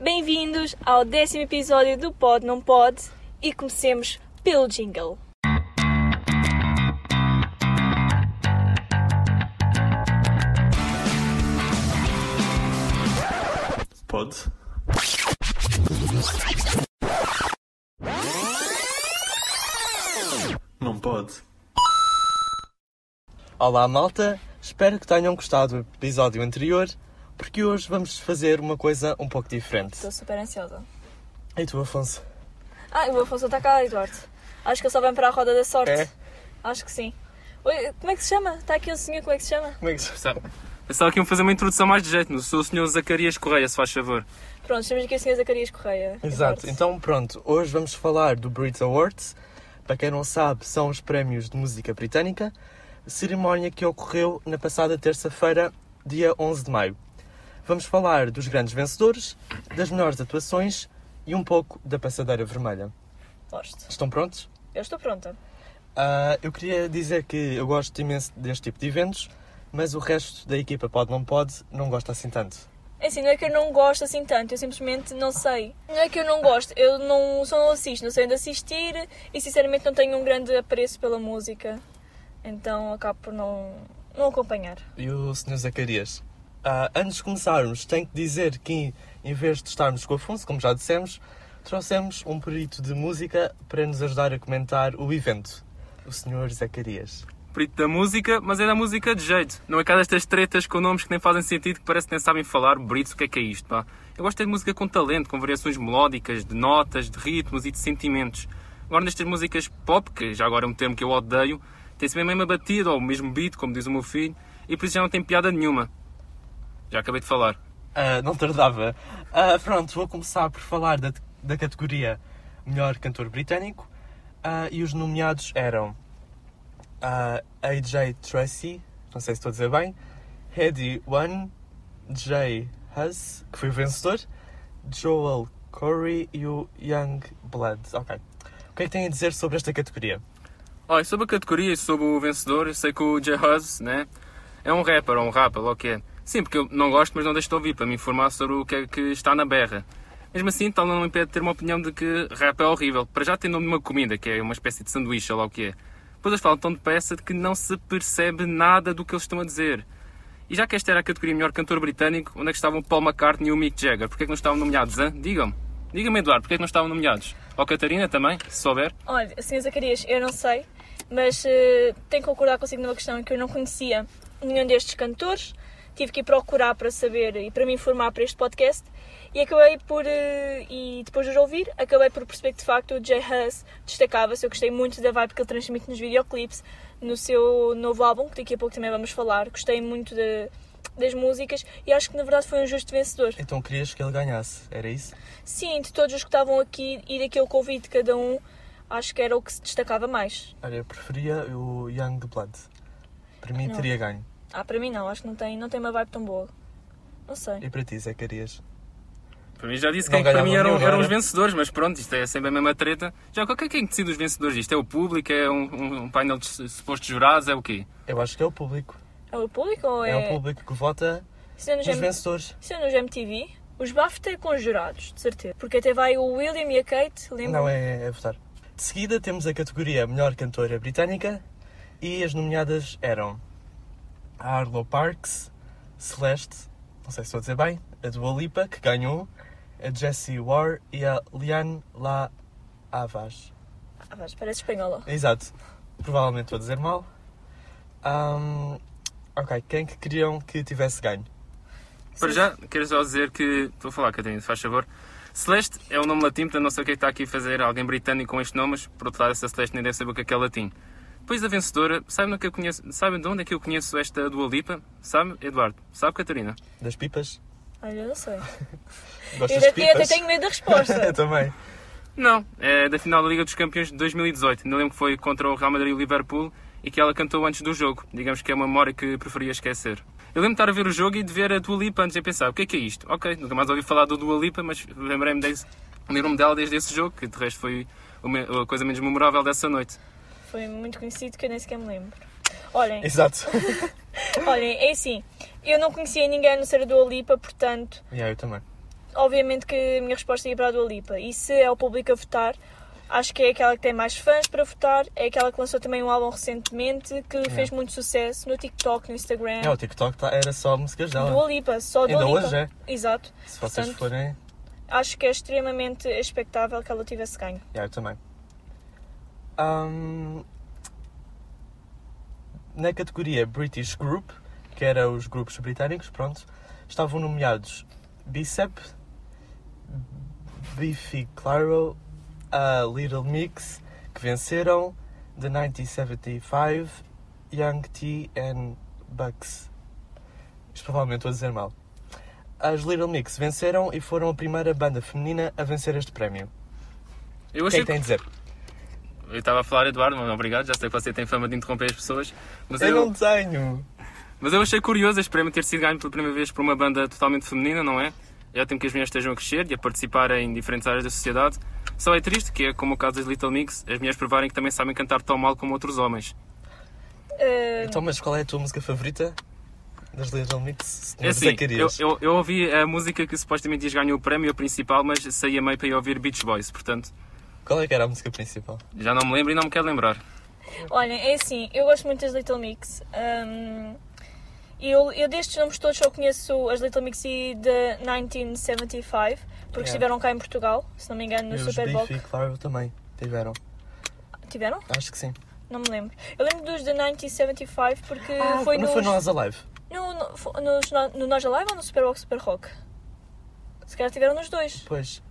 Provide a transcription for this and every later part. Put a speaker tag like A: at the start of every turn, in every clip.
A: Bem-vindos ao décimo episódio do Pod Não Pod e comecemos pelo jingle.
B: Pode? Não pode.
C: Olá malta, espero que tenham gostado do episódio anterior, porque hoje vamos fazer uma coisa um pouco diferente.
A: Estou super ansiosa.
C: E tu, Afonso?
A: Ah, e o Afonso está cá, Eduardo. Acho que ele só vem para a roda da sorte.
C: É?
A: Acho que sim. Oi, como é que se chama? Está aqui o senhor, como é que se chama?
C: Como é que se
D: Sabe? Pensava que iam fazer uma introdução mais de jeito, mas sou o senhor Zacarias Correia, se faz favor.
A: Pronto, temos aqui o senhor Zacarias Correia.
C: Exato,
A: Eduardo.
C: então pronto, hoje vamos falar do Brit Awards. Para quem não sabe, são os prémios de música britânica, cerimónia que ocorreu na passada terça-feira, dia 11 de maio. Vamos falar dos grandes vencedores, das melhores atuações e um pouco da passadeira vermelha. então-
A: Gosto.
C: Estão prontos?
A: Eu estou pronta.
C: Ah, eu queria dizer que eu gosto imenso deste tipo de eventos, mas o resto da equipa pode não pode, não gosta assim tanto.
A: É Assim, não é que eu não gosto assim tanto, eu simplesmente não sei. Não é que eu não gosto, eu não, só não assisto, não sei onde assistir e sinceramente não tenho um grande apreço pela música, então acabo por não, não acompanhar.
C: E o Sr. Zacarias? Ah, antes de começarmos, tenho que dizer que, em vez de estarmos com o Afonso, como já dissemos, trouxemos um perito de música para nos ajudar a comentar o evento. O Sr. Zacarias.
D: Perito da música, mas é da música de jeito. Não é cá destas tretas com nomes que nem fazem sentido, que parece que nem sabem falar. Brito, o que é que é isto, pá? Eu gosto é de música com talento, com variações melódicas, de notas, de ritmos e de sentimentos. Agora, nestas músicas pop, que já agora é um termo que eu odeio, tem-se mesmo a mesma batida ou o mesmo beat, como diz o meu filho, e por isso já não tem piada nenhuma. Já acabei de falar.
C: Ah, não tardava. Ah, pronto, vou começar por falar da, da categoria Melhor Cantor Britânico. Ah, e os nomeados eram ah, AJ Tracy, não sei se estou a dizer bem, Hedy One, Jay Huss, que foi o vencedor, Joel Corey e o Young Blood. Ok. O que é que têm a dizer sobre esta categoria?
D: Olha, sobre a categoria e sobre o vencedor, eu sei que o J. Huzz, né? É um rapper, ou um rapper, ou o que é. Sim, porque eu não gosto, mas não deixo de ouvir para me informar sobre o que é que está na berra. Mesmo assim, tal não me impede de ter uma opinião de que rap é horrível. Para já tem nome de uma comida, que é uma espécie de sanduíche, ou lá o que é. Depois eles falam tão depressa de que não se percebe nada do que eles estão a dizer. E já que esta era a categoria melhor cantor britânico, onde é que estavam Paul McCartney e o Mick Jagger? Porquê é que não estavam nomeados, hã? Digam-me. Diga-me, Eduardo, porquê é que não estavam nomeados? Ou Catarina também, se souber.
A: Olha, Sr. Zacarias, eu não sei, mas eh, tenho que concordar consigo numa questão que eu não conhecia nenhum destes cantores, tive que ir procurar para saber e para me informar para este podcast e acabei por, eh, e depois de os ouvir, acabei por perceber que de facto o Jay Huss destacava-se, eu gostei muito da vibe que ele transmite nos videoclipes, no seu novo álbum, que daqui a pouco também vamos falar, gostei muito de- das músicas e acho que na verdade foi um justo vencedor.
C: Então querias que ele ganhasse, era isso?
A: Sim, de todos os que estavam aqui e daquilo que ouvi de cada um, acho que era o que se destacava mais.
C: Olha, eu preferia o Young Blood. Para mim
A: Não.
C: teria ganho.
A: Ah, para mim não, acho que não tem, não tem uma vibe tão boa. Não sei.
C: E para ti, Zacarias?
D: Para mim já disse
C: Não
D: quem que para
C: ganhavam
D: mim eram,
C: nenhum,
D: eram os
C: era?
D: vencedores, mas pronto, isto é sempre a mesma treta. Já qual- quem é que decide os vencedores disto? É o público? É um, um- um painel de su- supostos jurados? É o quê?
C: Eu acho que é o público.
A: É o público ou é.
C: é o público que vota
A: Isso é nos,
C: Os
A: M...
C: vencedores.
A: Isso é nos MTV. Os BAFTA é com os jurados, de certeza. Porque até vai o William e a Kate, lembra?
C: Não é, é votar. De seguida temos a categoria Melhor Cantora Britânica e as nomeadas eram a Arlo Parks, Celeste, não sei se estou a dizer bem, a Dua Lipa, que ganhou, a Jessie Ware e a Liane La Havas.
A: Ah, mas parece espanhola.
C: Exato, provavelmente estou a dizer mal. Ahm, ok, quem que queriam que tivesse ganho?
D: Para já, quero só dizer que. Estou a falar, Catarina, se faz favor. Celeste é um nome latim, portanto não sei o que é que está aqui a fazer alguém britânico com este nome, mas por outro lado, essa Celeste nem deve saber o que é que é latim. Depois da vencedora, sabem, que eu conheço, sabem de onde é que eu conheço esta Dua Lipa? Sabe, Eduardo? Sabe, Catarina?
C: Das pipas?
A: Olha, Ah, eu não sei. Eu
C: Gostas de
A: até, eu até
C: pipas?
A: tenho medo da resposta.
C: Eu também.
D: Não, é da final da Liga dos Campeões de 2018. Ainda lembro que foi contra o Real Madrid e o Liverpool e que ela cantou antes do jogo. Digamos que é uma memória que preferia esquecer. Eu lembro de estar a ver o jogo e de ver a Dua Lipa antes e pensar, o que é que é isto? Ok, nunca mais ouvi falar do Dua Lipa, mas lembrei-me desse... Lembro-me dela desde esse jogo, que de resto foi o me- a coisa menos memorável dessa noite.
A: Foi muito conhecido que eu nem sequer me lembro. Olhem,
C: Exato.
A: olhem, é assim. Eu não conhecia ninguém no ser do Alipa, portanto,
C: yeah, eu também.
A: obviamente que a minha resposta ia para a Dua Lipa. E se é o público a votar, acho que é aquela que tem mais fãs para votar, é aquela que lançou também um álbum recentemente que fez muito sucesso no TikTok, no Instagram.
C: É, o TikTok tá- era só músicas dela.
A: Dua Lipa, só Dua
C: Ainda
A: Lipa.
C: hoje é.
A: Exato.
C: Se vocês
A: Portanto,
C: forem,
A: Acho que é extremamente expectável que ela tivesse ganho.
C: yeah, eu também. Ahm, Ehm, na categoria British Group, que era os grupos britânicos, pronto, estavam nomeados Bicep, Biffy Clyro, a Little Mix, que venceram, The 1975, Young T and Bucks. Isto provavelmente estou a dizer mal. As Little Mix venceram e foram a primeira banda feminina a vencer este prémio.
D: Eu
C: O que é
D: achei
C: que tem a dizer?
D: Eu estava a falar, Eduardo, mas obrigado, já sei que você tem fama de interromper as pessoas. Mas eu,
C: Eu não tenho.
D: mas eu achei curioso este prémio ter sido ganho pela primeira vez por uma banda totalmente feminina, não é? É ótimo que as mulheres estejam a crescer e a participar em diferentes áreas da sociedade. Só é triste que é, como o caso das Little Mix, as mulheres provarem que também sabem cantar tão mal como outros homens.
A: Ah,
C: Então, mas qual é a tua música favorita das Little Mix? Senhor
D: É assim, eu,
C: Zacarias?
D: eu, eu ouvi a música que supostamente diz ganhou o prémio o principal, mas saí a meio para ir ouvir Beach Boys, portanto,
C: Qual é que era a música principal?
D: já não me lembro e não me quero lembrar.
A: Olhem, é assim, eu gosto muito das Little Mix. Hum, eu, eu destes nomes todos só conheço as Little Mix e da 1975, porque
C: Yeah.
A: estiveram cá em Portugal, se não me engano, no
C: É. e os
A: Super Bowl.
C: Biffy Clyro também tiveram.
A: Tiveram?
C: Acho que sim.
A: Não me lembro. Eu lembro dos da 1975 porque Ah, foi,
C: não
A: nos,
C: Ah, foi no As Alive?
A: no, no, fo- nos, no, no Nós Alive ou no Super Bowl Super Rock? Se calhar tiveram nos dois,
C: Pois.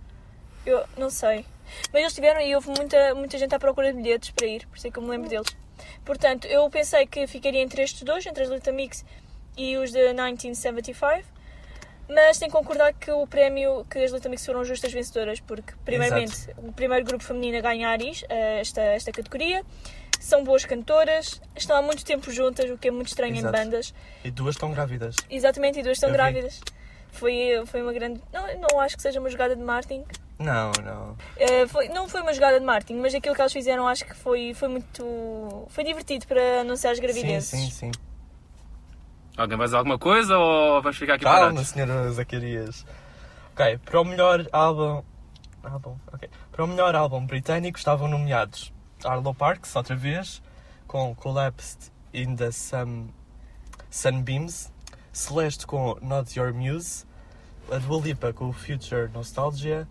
A: eu não sei. Mas eles tiveram e houve muita, muita gente à procura de bilhetes para ir, por isso é que eu me
C: Hum.
A: lembro deles. Portanto, eu pensei que ficaria entre estes dois, entre as Little Mix e os de 1975, mas tenho que concordar que o prémio que as Little Mix foram justas vencedoras, porque, primeiramente, o primeiro grupo feminino a ganhar is- eh, esta, esta categoria, são boas cantoras, estão há muito tempo juntas, o que é muito estranho
C: Exato.
A: em bandas.
C: E duas estão grávidas.
A: Exatamente, e duas estão
C: Eu vi.
A: grávidas. Foi, foi uma grande. Não, não acho que seja uma jogada de marketing.
C: Não, não.
A: Uh, foi- não foi uma jogada de marketing, mas aquilo que elas fizeram acho que foi, foi muito. Foi divertido para anunciar as
C: Sim,
A: gravidezes.
C: sim, sim.
D: Alguém vai dizer alguma coisa ou vamos ficar aqui
C: Calma,
D: parados?
C: senhora Zacarias. Ok, para o melhor álbum. álbum ok. Para o melhor álbum britânico estavam nomeados Arlo Parks, outra vez, com Collapsed in the Sun, Sunbeams, Celeste com Not Your Muse, a Dua Lipa com Future Nostalgia,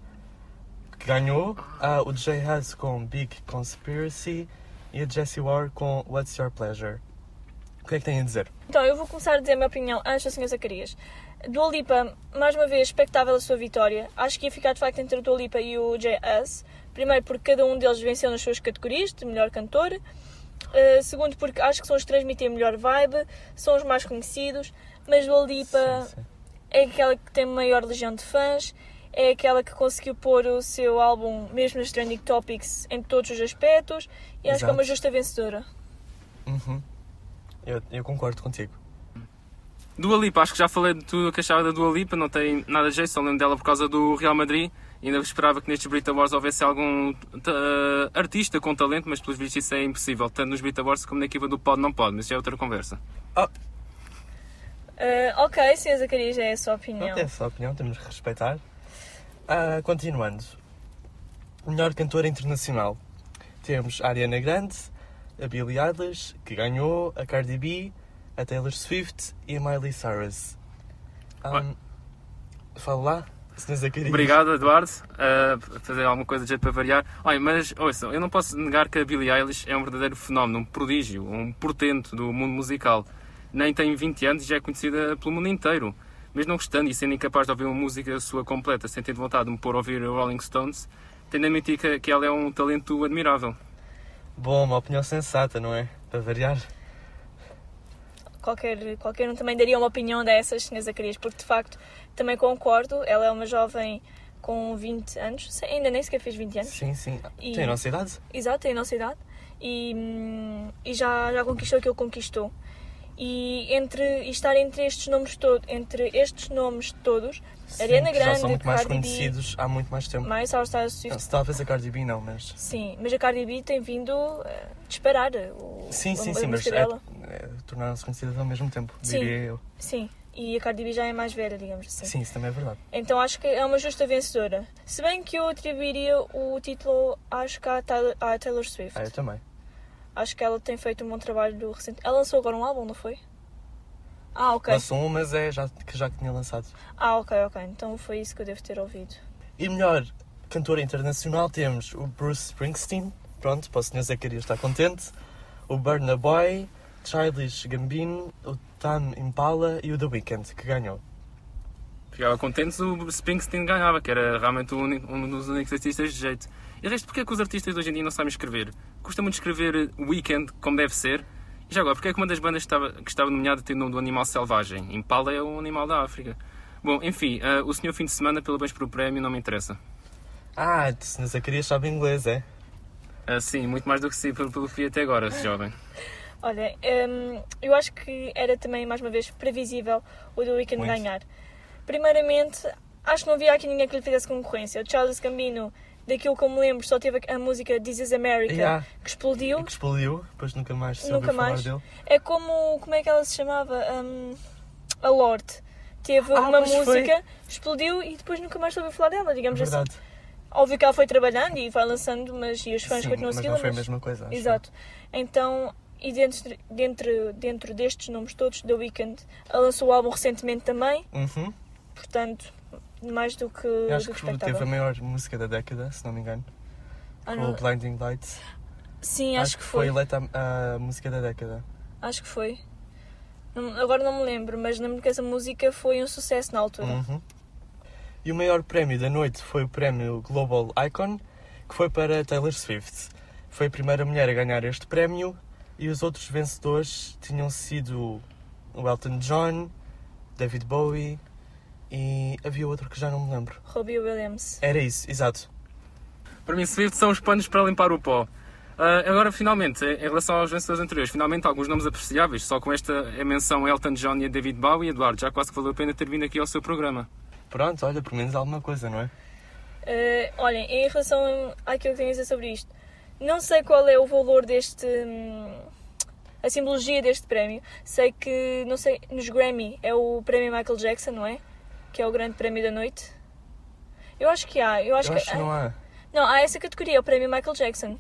C: que ganhou, ah, o J. Hus com Big Conspiracy e a Jessie Ware com What's Your Pleasure. O que é que têm a dizer?
A: Então eu vou começar a dizer a minha opinião antes do Sr. Zacarias. Dua Lipa, mais uma vez, expectável a sua vitória. Acho que ia ficar de facto entre a Dua Lipa e o J.S. Primeiro, porque cada um deles venceu nas suas categorias de melhor cantor. Uh, segundo, porque acho que são os que transmitem a melhor vibe, são os mais conhecidos. Mas Dua Lipa
C: Sim, sim.
A: é aquela que tem maior legião de fãs, é aquela que conseguiu pôr o seu álbum, mesmo nos trending topics, em todos os aspectos, e acho que é
C: Exato.
A: uma justa vencedora.
C: Uhum. Eu, eu concordo contigo.
D: Dua Lipa, acho que já falei de tudo o que achava da Dua Lipa, não tem nada de jeito, só lembro dela por causa do Real Madrid. Ainda esperava que nestes Brit Awards houvesse algum eh, artista com talento, mas pelos vistos isso é impossível, tanto nos Brit Awards como na equipa do Pod Não Pode, mas isso é outra conversa.
A: Ah, ok, Sr. Zacarias, é a sua opinião.
C: Pronto, é essa a opinião, temos que respeitar. Ah, continuando. Melhor cantora internacional. Temos a Ariana Grande, a Billie Eilish, que ganhou, a Cardi B, a Taylor Swift e a Miley Cyrus. Um, fala lá, Sr. Zacarias.
D: Obrigado, Eduardo, eh, por fazer alguma coisa de jeito para variar. Olha, mas ouçam, eu não posso negar que a Billie Eilish é um verdadeiro fenómeno, um prodígio, um portento do mundo musical. Nem tem 20 anos e já é conhecida pelo mundo inteiro. Mesmo não gostando e sendo incapaz de ouvir uma música sua completa sem ter vontade de me pôr a ouvir Rolling Stones, tenho a admitir que, que ela é um talento admirável.
C: Bom, uma opinião sensata, não é? Para variar.
A: Qualquer, qualquer um também daria uma opinião dessas, Sr. Zacarias, porque de facto também concordo, ela é uma jovem com 20 anos, se- ainda nem sequer fez 20 anos,
C: Sim, sim.
A: É? E-
C: Tem a nossa idade?
A: exato, tem a nossa idade, e, hum, e já, já conquistou aquilo que conquistou. E, entre, e estar entre estes nomes, todo, entre estes nomes todos, Ariana
C: Sim, que Já
A: Grande,
C: são muito mais
A: Cardi B.
C: conhecidos há muito mais tempo.
A: mais All Stars Swift.
C: Talvez a Cardi B não, mas...
A: Sim, mas a Cardi B tem vindo eh, disparar o,
C: Sim,
A: a,
C: sim,
A: a
C: sim, mas
A: música
C: é,
A: dela.
C: é, tornaram-se conhecidas ao mesmo tempo,
A: Sim.
C: diria eu.
A: Sim, e a Cardi B já é mais velha, digamos assim.
C: Sim, isso também é verdade.
A: Então acho que é uma justa vencedora. Se bem que eu atribuiria o título, acho que à Taylor, à Taylor Swift.
C: Ah, eu também.
A: Acho que ela tem feito um bom trabalho do recente. Ela lançou agora um álbum, não foi? Ah, ok.
C: Lançou um, mas é já, que já tinha lançado.
A: Ah, ok, ok. Então foi isso que eu devo ter ouvido.
C: E melhor cantora internacional temos o Bruce Springsteen, pronto, para o Sr. Zacarias estar contente, o Burna Boy, Childish Gambino, o Tam Impala e o The Weeknd, que ganhou.
D: Ficava contente se o Springsteen ganhava, que era realmente o único- um dos únicos artistas de jeito. E o resto, porque é que os artistas de hoje em dia não sabem escrever? Custa muito escrever Weekend como deve ser. E já agora, porque é que uma das bandas que estava, que estava nomeada tem o nome do animal selvagem? Impala é um animal da África. Bom, enfim, ah, o senhor fim de semana, pelo bem para o prémio, não me interessa.
C: Ah, o Sr. Zacarias sabe inglês, é?
D: Ah, sim, muito mais do que sim, pelo, pelo que vi até agora, esse jovem.
A: Olha, hum, eu acho que era também, mais uma vez, previsível o The Weeknd
C: Muito.
A: ganhar. Primeiramente, acho que não havia aqui ninguém que lhe fizesse concorrência. O Charles Gambino, daquilo que eu me lembro, só teve a música This Is America,
C: Yeah.
A: que explodiu.
C: ah, E que explodiu, depois nunca mais soube
A: Nunca
C: falar
A: mais.
C: dele.
A: É como. Como é que ela se chamava? Hum, a Lorde. Teve
C: Ah,
A: uma
C: pois foi.
A: música, explodiu e depois nunca mais soube falar dela, digamos
C: É Verdade.
A: assim. Óbvio que ela foi trabalhando e vai lançando, mas e os fãs
C: Sim,
A: continuam a
C: mas
A: segui-la.
C: não foi a
A: mas-
C: mesma coisa. acho.
A: Exato. Então, e dentro, dentro, dentro destes nomes todos, The Weeknd, ela lançou o álbum recentemente também,
C: Uhum.
A: portanto, mais do que,
C: Eu acho
A: do que
C: que teve a
A: expectável.
C: maior música da década, se não me engano.
A: Ah,
C: Foi
A: não-
C: o Blinding Lights.
A: Sim, acho, que foi.
C: eleita a, a ah, música da década.
A: Acho que foi. Não- agora não me lembro, mas lembro que essa música foi um sucesso na altura.
C: Uhum. E o maior prémio da noite foi o prémio Global Icon, que foi para Taylor Swift. Foi a primeira mulher a ganhar este prémio e os outros vencedores tinham sido o Elton John, David Bowie e havia outro que já não me lembro.
A: Robbie Williams.
C: Era isso, exato.
D: Para mim, Swift são os panos para limpar o pó. Ah, agora, finalmente, em relação aos vencedores anteriores, finalmente alguns nomes apreciáveis, só com esta a menção a Elton John e a David Bowie, Eduardo, já quase que valeu a pena ter vindo aqui ao seu programa.
C: Pronto, olha, pelo menos alguma coisa, não é?
A: Eh, olhem, em relação àquilo que tenho a dizer sobre isto, não sei qual é o valor deste. hum, a simbologia deste prémio. Sei que, não sei, nos Grammy é o prémio Michael Jackson, não é? Que é o grande prémio da noite. Eu acho que é. há. Eu acho,
C: Eu acho que não há.
A: Não, há essa categoria, o prémio Michael Jackson.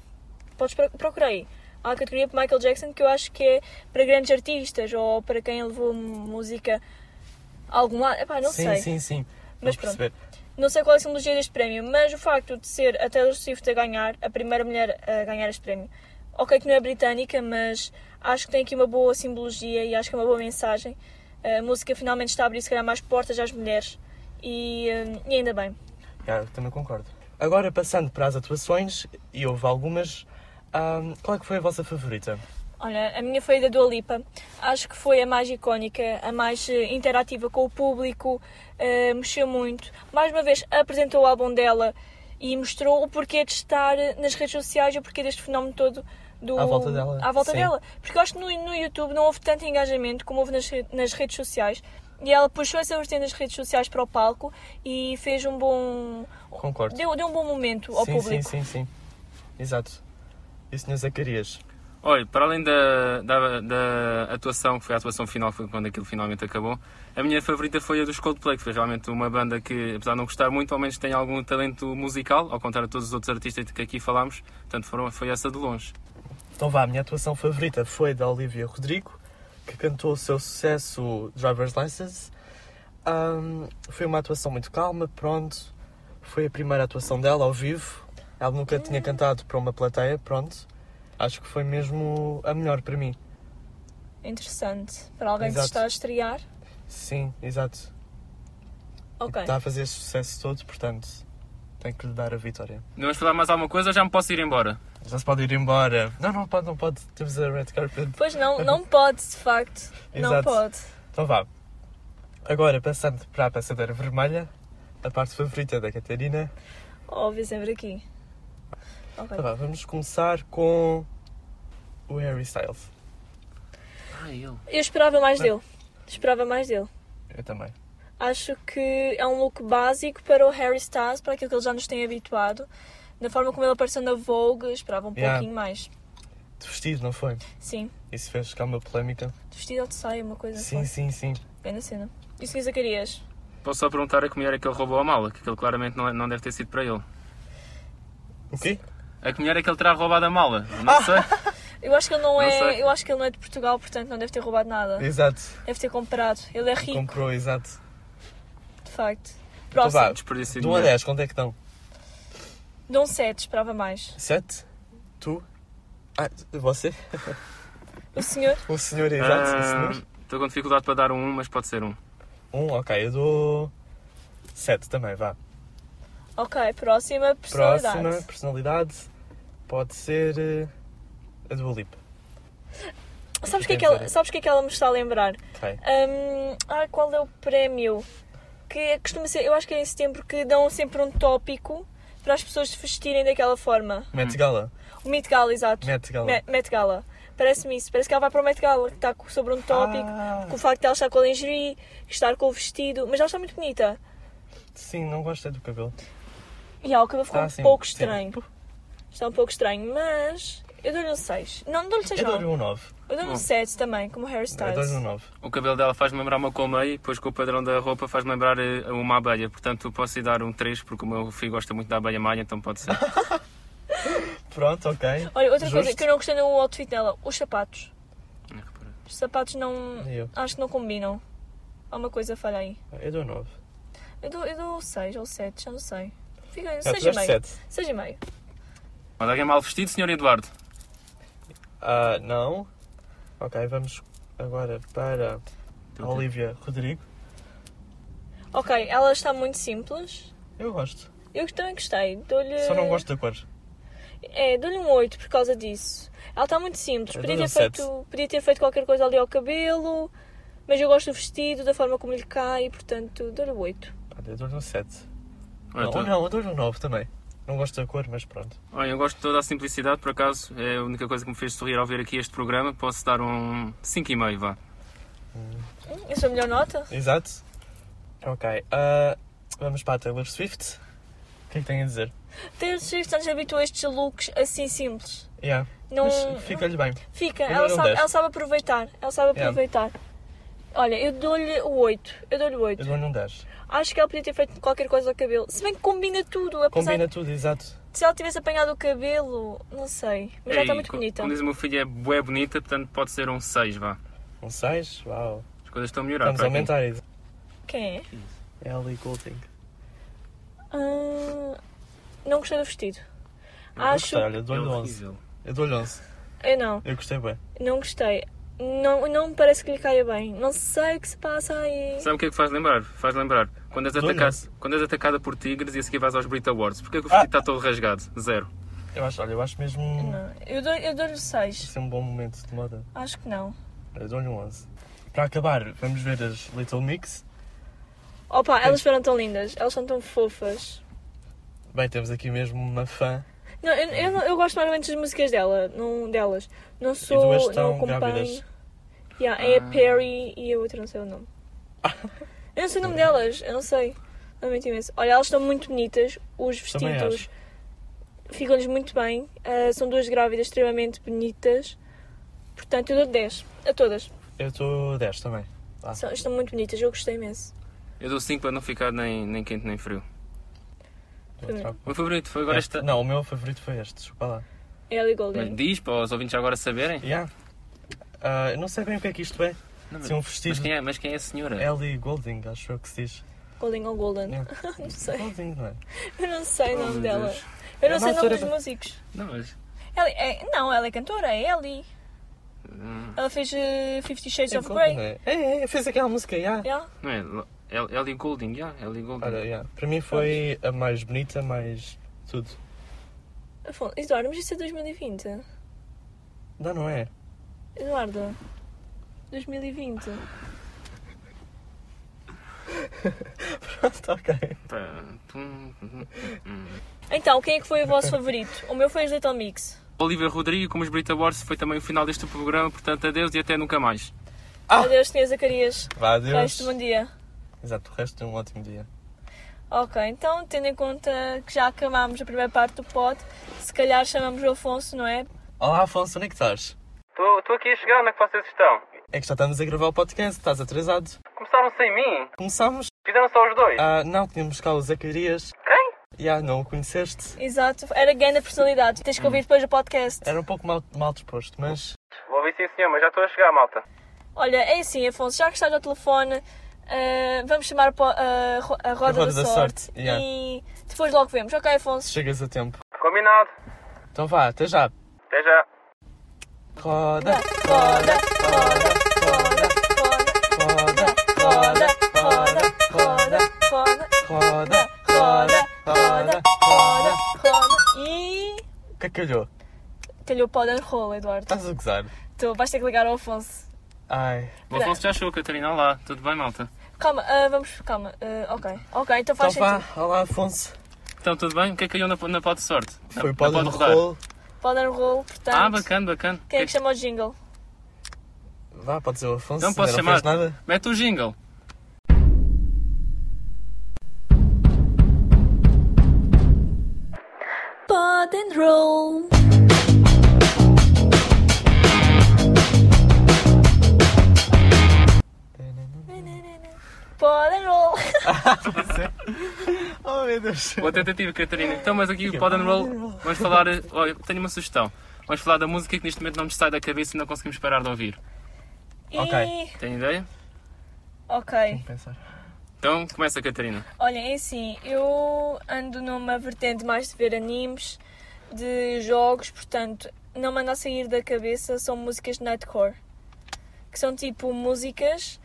A: Podes pro- procurar aí. Há a categoria para Michael Jackson que eu acho que é para grandes artistas ou para quem levou música a algum lado. Epá, não
C: sim,
A: sei.
C: sim, sim.
A: Mas
C: Vou
A: pronto.
C: perceber.
A: Não sei qual é a simbologia deste prémio, mas o facto de ser a Taylor Swift a ganhar, a primeira mulher a ganhar este prémio, ok que não é britânica, mas acho que tem aqui uma boa simbologia e acho que é uma boa mensagem. A música finalmente está a abrir, se calhar, mais portas às mulheres e, hum, e ainda bem.
C: Já, Ah, eu também concordo. Agora, passando para as atuações, e houve algumas, ahm, qual é que foi a vossa favorita?
A: Olha, a minha foi da Dua Lipa. Acho que foi a mais icónica, a mais eh, interativa com o público, eh, mexeu muito. Mais uma vez, apresentou o álbum dela e mostrou o porquê de estar eh, nas redes sociais e o porquê deste fenómeno todo. Do,
C: À volta dela,
A: à volta
C: sim.
A: dela. Porque eu acho que no, no YouTube não houve tanto engajamento como houve nas, re- nas redes sociais. E ela puxou essa vertente das redes sociais para o palco e fez um bom.
C: Concordo.
A: Deu, deu um bom momento ao
C: sim,
A: público.
C: sim, sim, sim. Exato. E o Sr. Zacarias?
D: Olha, para além da, da, da atuação, que foi a atuação final, foi quando aquilo finalmente acabou, a minha favorita foi a dos Coldplay, que foi realmente uma banda que, apesar de não gostar muito, ao menos tem algum talento musical, ao contrário de todos os outros artistas de que aqui falámos, portanto foram, foi essa de longe.
C: Então vá, a minha atuação favorita foi da Olivia Rodrigo, que cantou o seu sucesso Driver's License. Ahm, foi uma atuação muito calma, pronto. Foi a primeira atuação dela ao vivo. Ela nunca tinha
A: Hum.
C: cantado para uma plateia, pronto. Acho que foi mesmo a melhor para mim.
A: Interessante. Para alguém que
C: Exato.
A: se está a estrear.
C: Sim, exato.
A: Ok.
C: Está a fazer esse sucesso todo, portanto, tenho que lhe dar a vitória.
D: Não vamos falar mais alguma coisa ou já me posso ir embora?
C: Já se pode ir embora. Não, não pode, não pode. Temos a red carpet.
A: Pois não, não pode, de facto. Não
C: Exato.
A: pode.
C: Então vá. Agora, passando para a passadeira vermelha, a parte favorita da Catarina.
A: Óbvio, sempre aqui. Ok.
C: Então vá, vamos começar com o Harry Styles.
D: Ah, ele.
A: Eu esperava mais
C: Tá.
A: dele. Esperava mais dele.
C: Eu também.
A: Acho que é um look básico para o Harry Styles, para aquilo que ele já nos tem habituado. Da forma como ele apareceu na Vogue, esperava um
C: Yeah.
A: pouquinho mais.
C: De vestido, não foi?
A: Sim,
C: Isso fez ficar uma polémica.
A: de vestido ou de saia, uma coisa
C: sim,
A: assim.
C: sim, sim.
A: Bem na cena. E o Sr. Zacarias?
D: Posso só perguntar a que mulher é que ele roubou a mala, que aquilo claramente não, é- não deve ter sido para ele.
C: O quê?
D: A que mulher é que ele terá roubado a mala? Eu
C: Ah!
D: Não sei.
A: Eu acho que ele não,
D: Não
A: é,
D: sei.
A: eu acho que ele não é de Portugal, portanto não deve ter roubado nada.
C: Exato.
A: Deve ter comprado. Ele é rico,
C: É. Comprou, exato.
A: de facto.
C: Então vá,
A: Próximo.
D: Desperdício de
C: De 1 a
D: dinheiro.
C: 10, quanto é que dão?
A: Dom 7, esperava mais.
C: 7? Tu? Ah, você?
A: O senhor?
C: O senhor, é exato. O
D: Ah,
C: senhor?
D: Estou com dificuldade para dar um 1, mas pode ser um.
C: Um, ok, eu dou 7 também, vá.
A: Ok, próxima personalidade.
C: Próxima personalidade pode ser eh, a do Lipa.
A: Sabes o que, é que
C: Quer
A: ela,
C: dizer-
A: sabes o que é que ela me está a lembrar?
C: Ok.
A: Hum, ah, qual é o prémio? Que costuma ser, eu acho que é em setembro que dão sempre um tópico para as pessoas se vestirem daquela forma.
C: Met Gala.
A: O Met Gala, exato.
C: Met Gala.
A: Me- Met Gala. Parece-me isso. Parece que ela vai para o Met Gala, que está co- sobre um tópico,
C: Ah.
A: com o facto de ela estar com a lingerie, estar com o vestido. Mas ela está muito bonita.
C: Sim, não gostei do cabelo.
A: E ah, o cabelo ficou
C: Ah,
A: um
C: sim,
A: pouco
C: sim.
A: estranho. Está um pouco estranho, mas eu dou-lhe um 6. Não, não dou-lhe 6
C: Eu dou-lhe
A: não.
C: um 9.
A: Eu dou-lhe um
D: Bom.
A: 7 também, como Harry
C: Eu
A: Styles.
C: dou-lhe um 9.
D: O cabelo dela faz-me lembrar uma colmeia e depois com o padrão da roupa faz-me lembrar eh, uma abelha. Portanto, posso lhe dar um 3, porque o meu filho gosta muito da abelha malha, então pode ser.
C: Pronto, ok.
A: Olha, outra coisa
C: Justo.
A: que eu não gostei no outfit dela, os sapatos.
D: Não reparei.
A: Os sapatos não.
C: Eu.
A: Acho que não combinam. Há uma coisa falha aí.
C: Eu dou um 9.
A: Eu dou, eu dou 6 ou 7, já não sei. Fica
C: Ah,
A: 6,5.
C: tu deste 7.
A: 6,5.
D: Mas alguém mal vestido, senhor Eduardo?
C: Ah, não. Ok, vamos agora para a Olivia Rodrigo.
A: Ok, ela está muito simples.
C: Eu gosto.
A: Eu também gostei. Dou-lhe.
C: Só não gosto da cor.
A: É, dou-lhe um 8 por causa disso. Ela está muito simples.
C: Eu
A: Podia
C: dou-lhe
A: ter,
C: um
A: feito, podia ter feito qualquer coisa ali ao cabelo, mas eu gosto do vestido, da forma como lhe cai, portanto, dou-lhe 8.
C: Olha, eu dou-lhe um 7.
D: Olha,
C: Não,
D: tô-
C: não, eu dou-lhe um 9 também. Não gosto da cor, mas pronto.
D: Olha, eu gosto de toda a simplicidade, por acaso. É a única coisa que me fez sorrir ao ver aqui este programa. Posso dar um 5,5, vá.
A: Hum, essa é a melhor nota?
C: Exato. Ok. ah, vamos para a Taylor Swift. O que é que tem a dizer?
A: Taylor Swift nos habituou a estes looks assim simples.
C: Yeah.
A: Não,
C: Mas fica-lhe bem.
A: Fica,
C: Eu
A: ela
C: dou-lhe um
A: sabe,
C: 10.
A: ela sabe aproveitar. Ela sabe
C: Yeah.
A: aproveitar. Olha, eu dou-lhe o 8. Eu dou-lhe o
C: Eu
A: 8.
C: dou-lhe um 10.
A: Acho que ela podia ter feito qualquer coisa ao cabelo. Se bem que combina tudo, apesar
C: Combina tudo, exato.
A: de se ela tivesse apanhado o cabelo, não sei. Mas ela
D: Ei,
A: está é muito
D: co-
A: bonita.
D: Como diz o meu filho, é bué bonita, portanto pode ser um 6, vá.
C: Um 6? Uau.
D: As coisas estão a melhorar.
C: Estamos a
D: para Ah, tá aqui.
C: aumentar.
A: Quem é?
C: Ellie Goulding.
A: Ah, não gostei do vestido.
D: Eu
A: Acho.
C: Gostei, olha, eu
D: É
C: dou-lhe 11.
D: horrível.
C: Eu dou-lhe 11.
A: Eu não,
C: Eu gostei bem.
A: não gostei. Não, não me parece que lhe caia bem. Não sei o que se passa aí.
D: Sabe o que é que faz lembrar? Faz lembrar. Quando és,
C: Dou-lhe
D: atacado,
C: 11.
D: quando és atacada por tigres e a seguir vais aos Brit Awards. Porquê que o
C: Ah.
D: vestido está todo rasgado? Zero.
C: Eu acho, olha, eu acho mesmo
A: Não, eu dou- eu dou-lhe 6.
C: isso é um bom momento de moda.
A: Acho que não.
C: Eu dou-lhe um 11. Para acabar, vamos ver as Little Mix.
A: Opa, elas foram tão lindas. Elas são tão fofas.
C: Bem, temos aqui mesmo uma fã.
A: Não, eu, eu, não- eu gosto normalmente das músicas dela, não delas. Não sou,
C: e duas
A: não
C: estão
A: acompanho.
C: grávidas.
A: Yeah, É a
D: Ah.
A: Perry e a outra, não sei o nome. Eu não sei o nome delas, eu não sei. Lamento imenso. Olha, elas estão muito bonitas, os
C: Também
A: vestidos ficam-lhes muito bem. ah, são duas grávidas extremamente bonitas. Portanto, eu dou 10 a todas.
C: Eu estou 10 também. Ah.
A: São- estão muito bonitas, eu gostei imenso.
D: Eu dou 5 para não ficar nem, nem quente nem frio.
C: Vou
A: Primeiro.
C: trocar.
D: O meu favorito foi agora
C: Este-
D: esta.
C: É. Não, o meu favorito foi este, desculpa lá.
A: É Ellie
D: Mas
A: Goulding.
D: diz para os ouvintes já agora saberem.
C: Yeah. Ah, eu não sei bem o que é que isto é.
D: Não, mas-
C: Se é um
D: Mas
C: vestido
D: quem é, mas quem é a senhora?
C: Ellie Goulding, acho eu que se diz.
A: Goulding ou Golden.
C: Yeah.
A: Não sei.
C: Goulding, não é?
A: Eu não sei o
D: Oh,
A: nome
D: meu
A: dela.
D: Deus.
A: Eu
C: É
A: não
C: uma
A: sei o nome
C: autora
A: dos
C: da-
A: músicos.
D: Não, mas.
A: Ela é- não, ela é cantora, é Ellie.
D: hum,
A: Ela fez eh, Fifty Shades
C: É
A: of Grey.
C: Goulding, não é? É, é, fez aquela música, yeah.
A: Yeah.
D: Não é? El- Ellie Goulding, já. Ellie Goulding.
C: Ora, yeah. Para mim foi a mais bonita, mais tudo.
A: Afonso, Eduardo, mas isso é 2020.
C: Não, não é?
A: Eduardo, 2020.
C: Pronto, ok.
D: Pá, tum, tum, tum.
A: Então, quem é que foi o vosso favorito? O meu foi os Little Mix.
D: Olivia Rodrigo, como os Brit Awards, foi também o final deste programa, portanto, adeus e até nunca mais.
C: Ah!
A: Adeus, Sr. Zacarias.
C: Vá,
A: Resto de
C: adeus.
A: bom dia.
C: Exato, o resto é um ótimo dia.
A: Ok, então, tendo em conta que já acabámos a primeira parte do pod, se calhar chamamos o Afonso, não é?
C: Olá, Afonso, onde é que estás?
D: Estou aqui a chegar, onde é que vocês estão?
C: É que já estamos a gravar o podcast, estás atrasado.
D: Começaram sem mim?
C: Começámos?
D: Fizeram só os dois?
C: Ah, não, tínhamos cá o Zacarias.
D: Quem?
C: Já, não o conheceste?
A: Exato, era grande a personalidade. Tens que ouvir depois o podcast.
C: Era um pouco mal, mal disposto, mas...
D: Vou ouvir sim, senhor, mas já estou a chegar, malta.
A: Olha, é assim, Afonso, já que estás ao telefone, ah, vamos chamar a, po- a ro- a roda, da, sorte.
C: yeah.
A: E depois logo vemos. Ok, Afonso?
C: Chegas a tempo.
D: Combinado.
C: Então vá, até já.
D: Até já.
C: Roda,
A: Roda,
C: roda,
A: roda, roda,
C: roda,
A: roda,
C: roda,
A: roda, roda, roda, roda.
C: roda, roda,
A: roda,
C: roda,
A: roda,
C: roda,
A: roda,
C: roda.
A: roda. E.
C: Cacalhou.
A: Calhou para o dar rolo, Eduardo.
C: Estás a gozar?
A: Tu vais ter que ligar ao Afonso.
C: Ai.
D: O Afonso já chegou, Catarina. Olá, tudo bem, malta?
A: Calma, ah, vamos. Calma. ah, ok. Ok, então
C: Então
A: faz
C: vá,
A: sentido.
C: olá Afonso.
D: Então, tudo bem? O que é que caiu na, na pó de sorte? Na-
C: Foi
D: na
C: para
D: pó
C: o
D: de rodar?
C: rolo.
A: Pode dar rolo, portanto.
D: Ah, bacana, bacana.
A: Quem é
D: Que-
A: que chama o jingle?
C: Vá, pode ser o Afonso.
D: Não posso
C: ainda não fez
D: chamar.
C: nada.
D: Mete o jingle.
A: Pod and roll. Pod and roll.
C: Oh meu Deus.
D: Boa tentativa, Catarina. Então, mas aqui o Pod and Roll, vamos falar. Olha, tenho uma sugestão. Vamos falar da música que neste momento não nos sai da cabeça e não conseguimos parar de ouvir.
A: E...
C: Ok.
D: Tem ideia?
A: Ok.
C: Pensar.
D: Então, começa, Catarina.
A: Olha, é assim, eu ando numa vertente mais de ver animes, de jogos, portanto, não me anda a sair da cabeça, são músicas de Nightcore. Que são tipo músicas.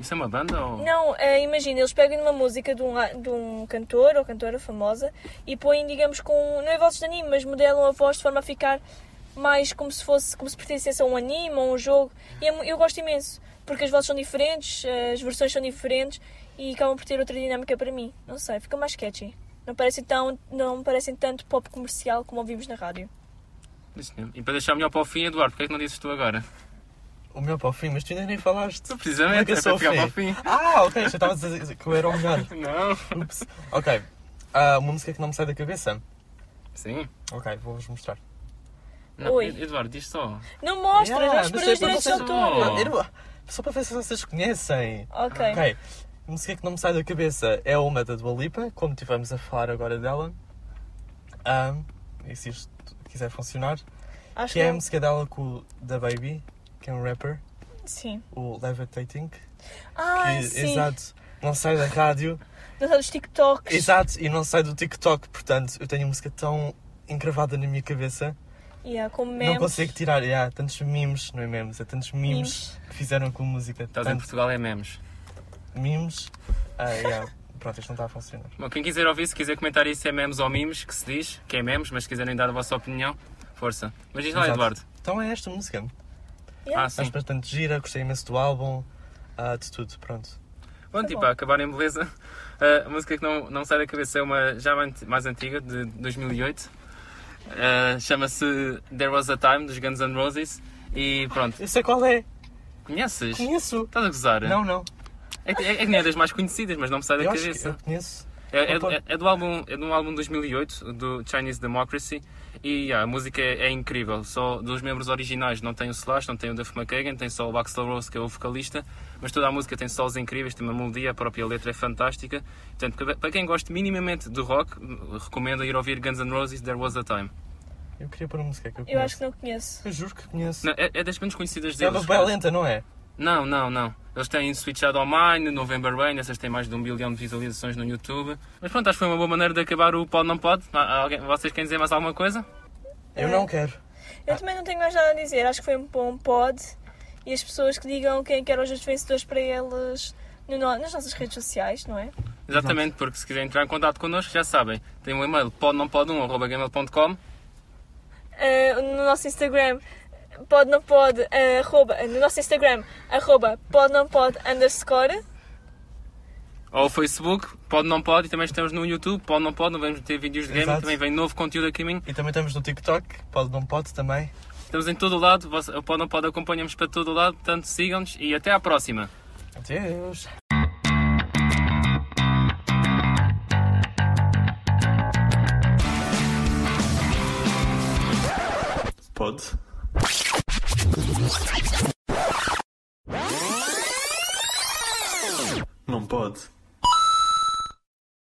D: Isso é uma banda ou.
A: Não, eh, imagina, eles pegam numa música de um, a- de um cantor ou cantora famosa e põem, digamos, com. Não é vozes de anime, mas modelam a voz de forma a ficar mais como se fosse. como se pertencesse a um anime ou um jogo. E é mu- eu gosto imenso, porque as vozes são diferentes, eh, as versões são diferentes e acabam por ter outra dinâmica para mim. Não sei, fica mais catchy. Não parecem, tão, não parecem tanto pop comercial como ouvimos na rádio.
D: Isso mesmo. E para deixar melhor para o fim, Eduardo, porque é que não dizes tu agora?
C: O meu para o fim, mas tu ainda nem falaste.
D: Tu
C: Como é
D: precisamente,
C: que eu
D: é
C: sou
D: para
C: o
D: ficar para o
C: fim?
D: fim.
C: Ah, ok, já estava a dizer que eu era o melhor.
D: Não.
C: Ups. Ok. Ah, uma música que não me sai da cabeça.
D: Sim.
C: Ok, vou-vos mostrar.
D: Não,
A: Oi.
D: Eduardo, diz só.
A: Não mostras,
C: Yeah,
A: vamos perder os
C: deixa-
A: direitos de
C: vocês- Ah,
A: autor.
D: autor.
C: Eu- Só para ver se vocês conhecem.
A: Ok.
C: Ok. Música que não me sai da cabeça é uma da Dua Lipa, como tivemos a falar agora dela. Ahm, e se isto quiser funcionar.
A: Acho
C: Que é a
A: não.
C: música dela com o da Baby, que é um rapper,
A: Sim.
C: o Levitating. Que,
A: Ah, sim.
C: Exato. Não sai da rádio.
A: Dançar dos TikToks.
C: exato. E não sai do TikTok. Portanto, eu tenho a música tão encravada na minha cabeça.
A: Yeah, como memes.
C: Não consigo tirar. E há tantos memes, não é memes, é tantos memes,
A: Memes.
C: que fizeram com a música.
D: Estás em
C: Tanto
D: Portugal é memes.
C: memes. Ah, yeah. Pronto, isto não está a funcionar.
D: Bom, quem quiser ouvir, se quiser comentar isso, é memes ou memes, que se diz, que é memes, mas se quiserem dar a vossa opinião, força. Mas diz lá,
C: Exato.
D: Eduardo.
C: Então é esta música.
A: Yeah.
D: Ah,
C: Acho
D: sim.
C: bastante gira, gostei imenso do álbum, ah, de tudo, pronto. Tá
D: Bom, tipo, a acabar em beleza. Uh, a música que não, não sai da cabeça é uma já mais mais antiga, de 2008. Uh, Chama-se There Was a Time, dos Guns N' Roses. E pronto,
C: Eu sei qual é,
D: conheces?
C: conheço.
D: Estás a gozar?
C: Não, não.
D: É, que- é, é que não é das mais conhecidas, mas não me sai da
C: Eu acho que
D: cabeça.
C: eu conheço.
D: É, é,
C: Opa.
D: é- é do álbum, é de um álbum de 2008, do Chinese Democracy, e yeah, a música é, é incrível. Só dos membros originais não tem o Slash, não tem o Duff McKagan, tem só o Axl Rose, que é o vocalista, mas toda a música tem solos incríveis, tem uma melodia, a própria letra é fantástica. Portanto, para- para quem gosta minimamente do rock, recomendo ir ouvir Guns N' Roses, There Was a Time.
C: Eu queria pôr uma música que eu
A: Eu
C: conheço.
A: acho que não conheço.
C: Eu juro que conheço.
D: Não, é, é das menos conhecidas
C: é
D: deles.
C: uma
D: cara.
C: bem lenta, não é?
D: Não, não, não. Eles têm Sweet Shadow Mine, November Rain, essas têm mais de um bilhão de visualizações no YouTube. Mas pronto, acho que foi uma boa maneira de acabar o Pode Não Pode. Há- alguém- vocês querem dizer mais alguma coisa?
C: Eu não quero. Ah.
A: Eu também não tenho mais nada a dizer. Acho que foi um bom pod. E as pessoas que digam quem quer os justos vencedores para eles no no- nas nossas redes sociais, não é?
D: Exatamente, porque se quiserem entrar em contato connosco, já sabem. Tem um e-mail podnãopode1.gmail.com
A: Ah, no nosso Instagram, pode não pode, ah, arroba, no nosso Instagram, arroba, pode não pode, underscore.
D: ou o Facebook, Pode Não Pode, e também estamos no YouTube, Pode Não Pode, não vamos ter vídeos de gaming,
C: Exato.
D: também vem novo conteúdo aqui a mim.
C: E também estamos no TikTok, pode não pode também.
D: Estamos em todo o lado, voce- o Pode Não Pode acompanha-nos para todo o lado, portanto sigam-nos e até à próxima.
C: Adeus.
B: Pod.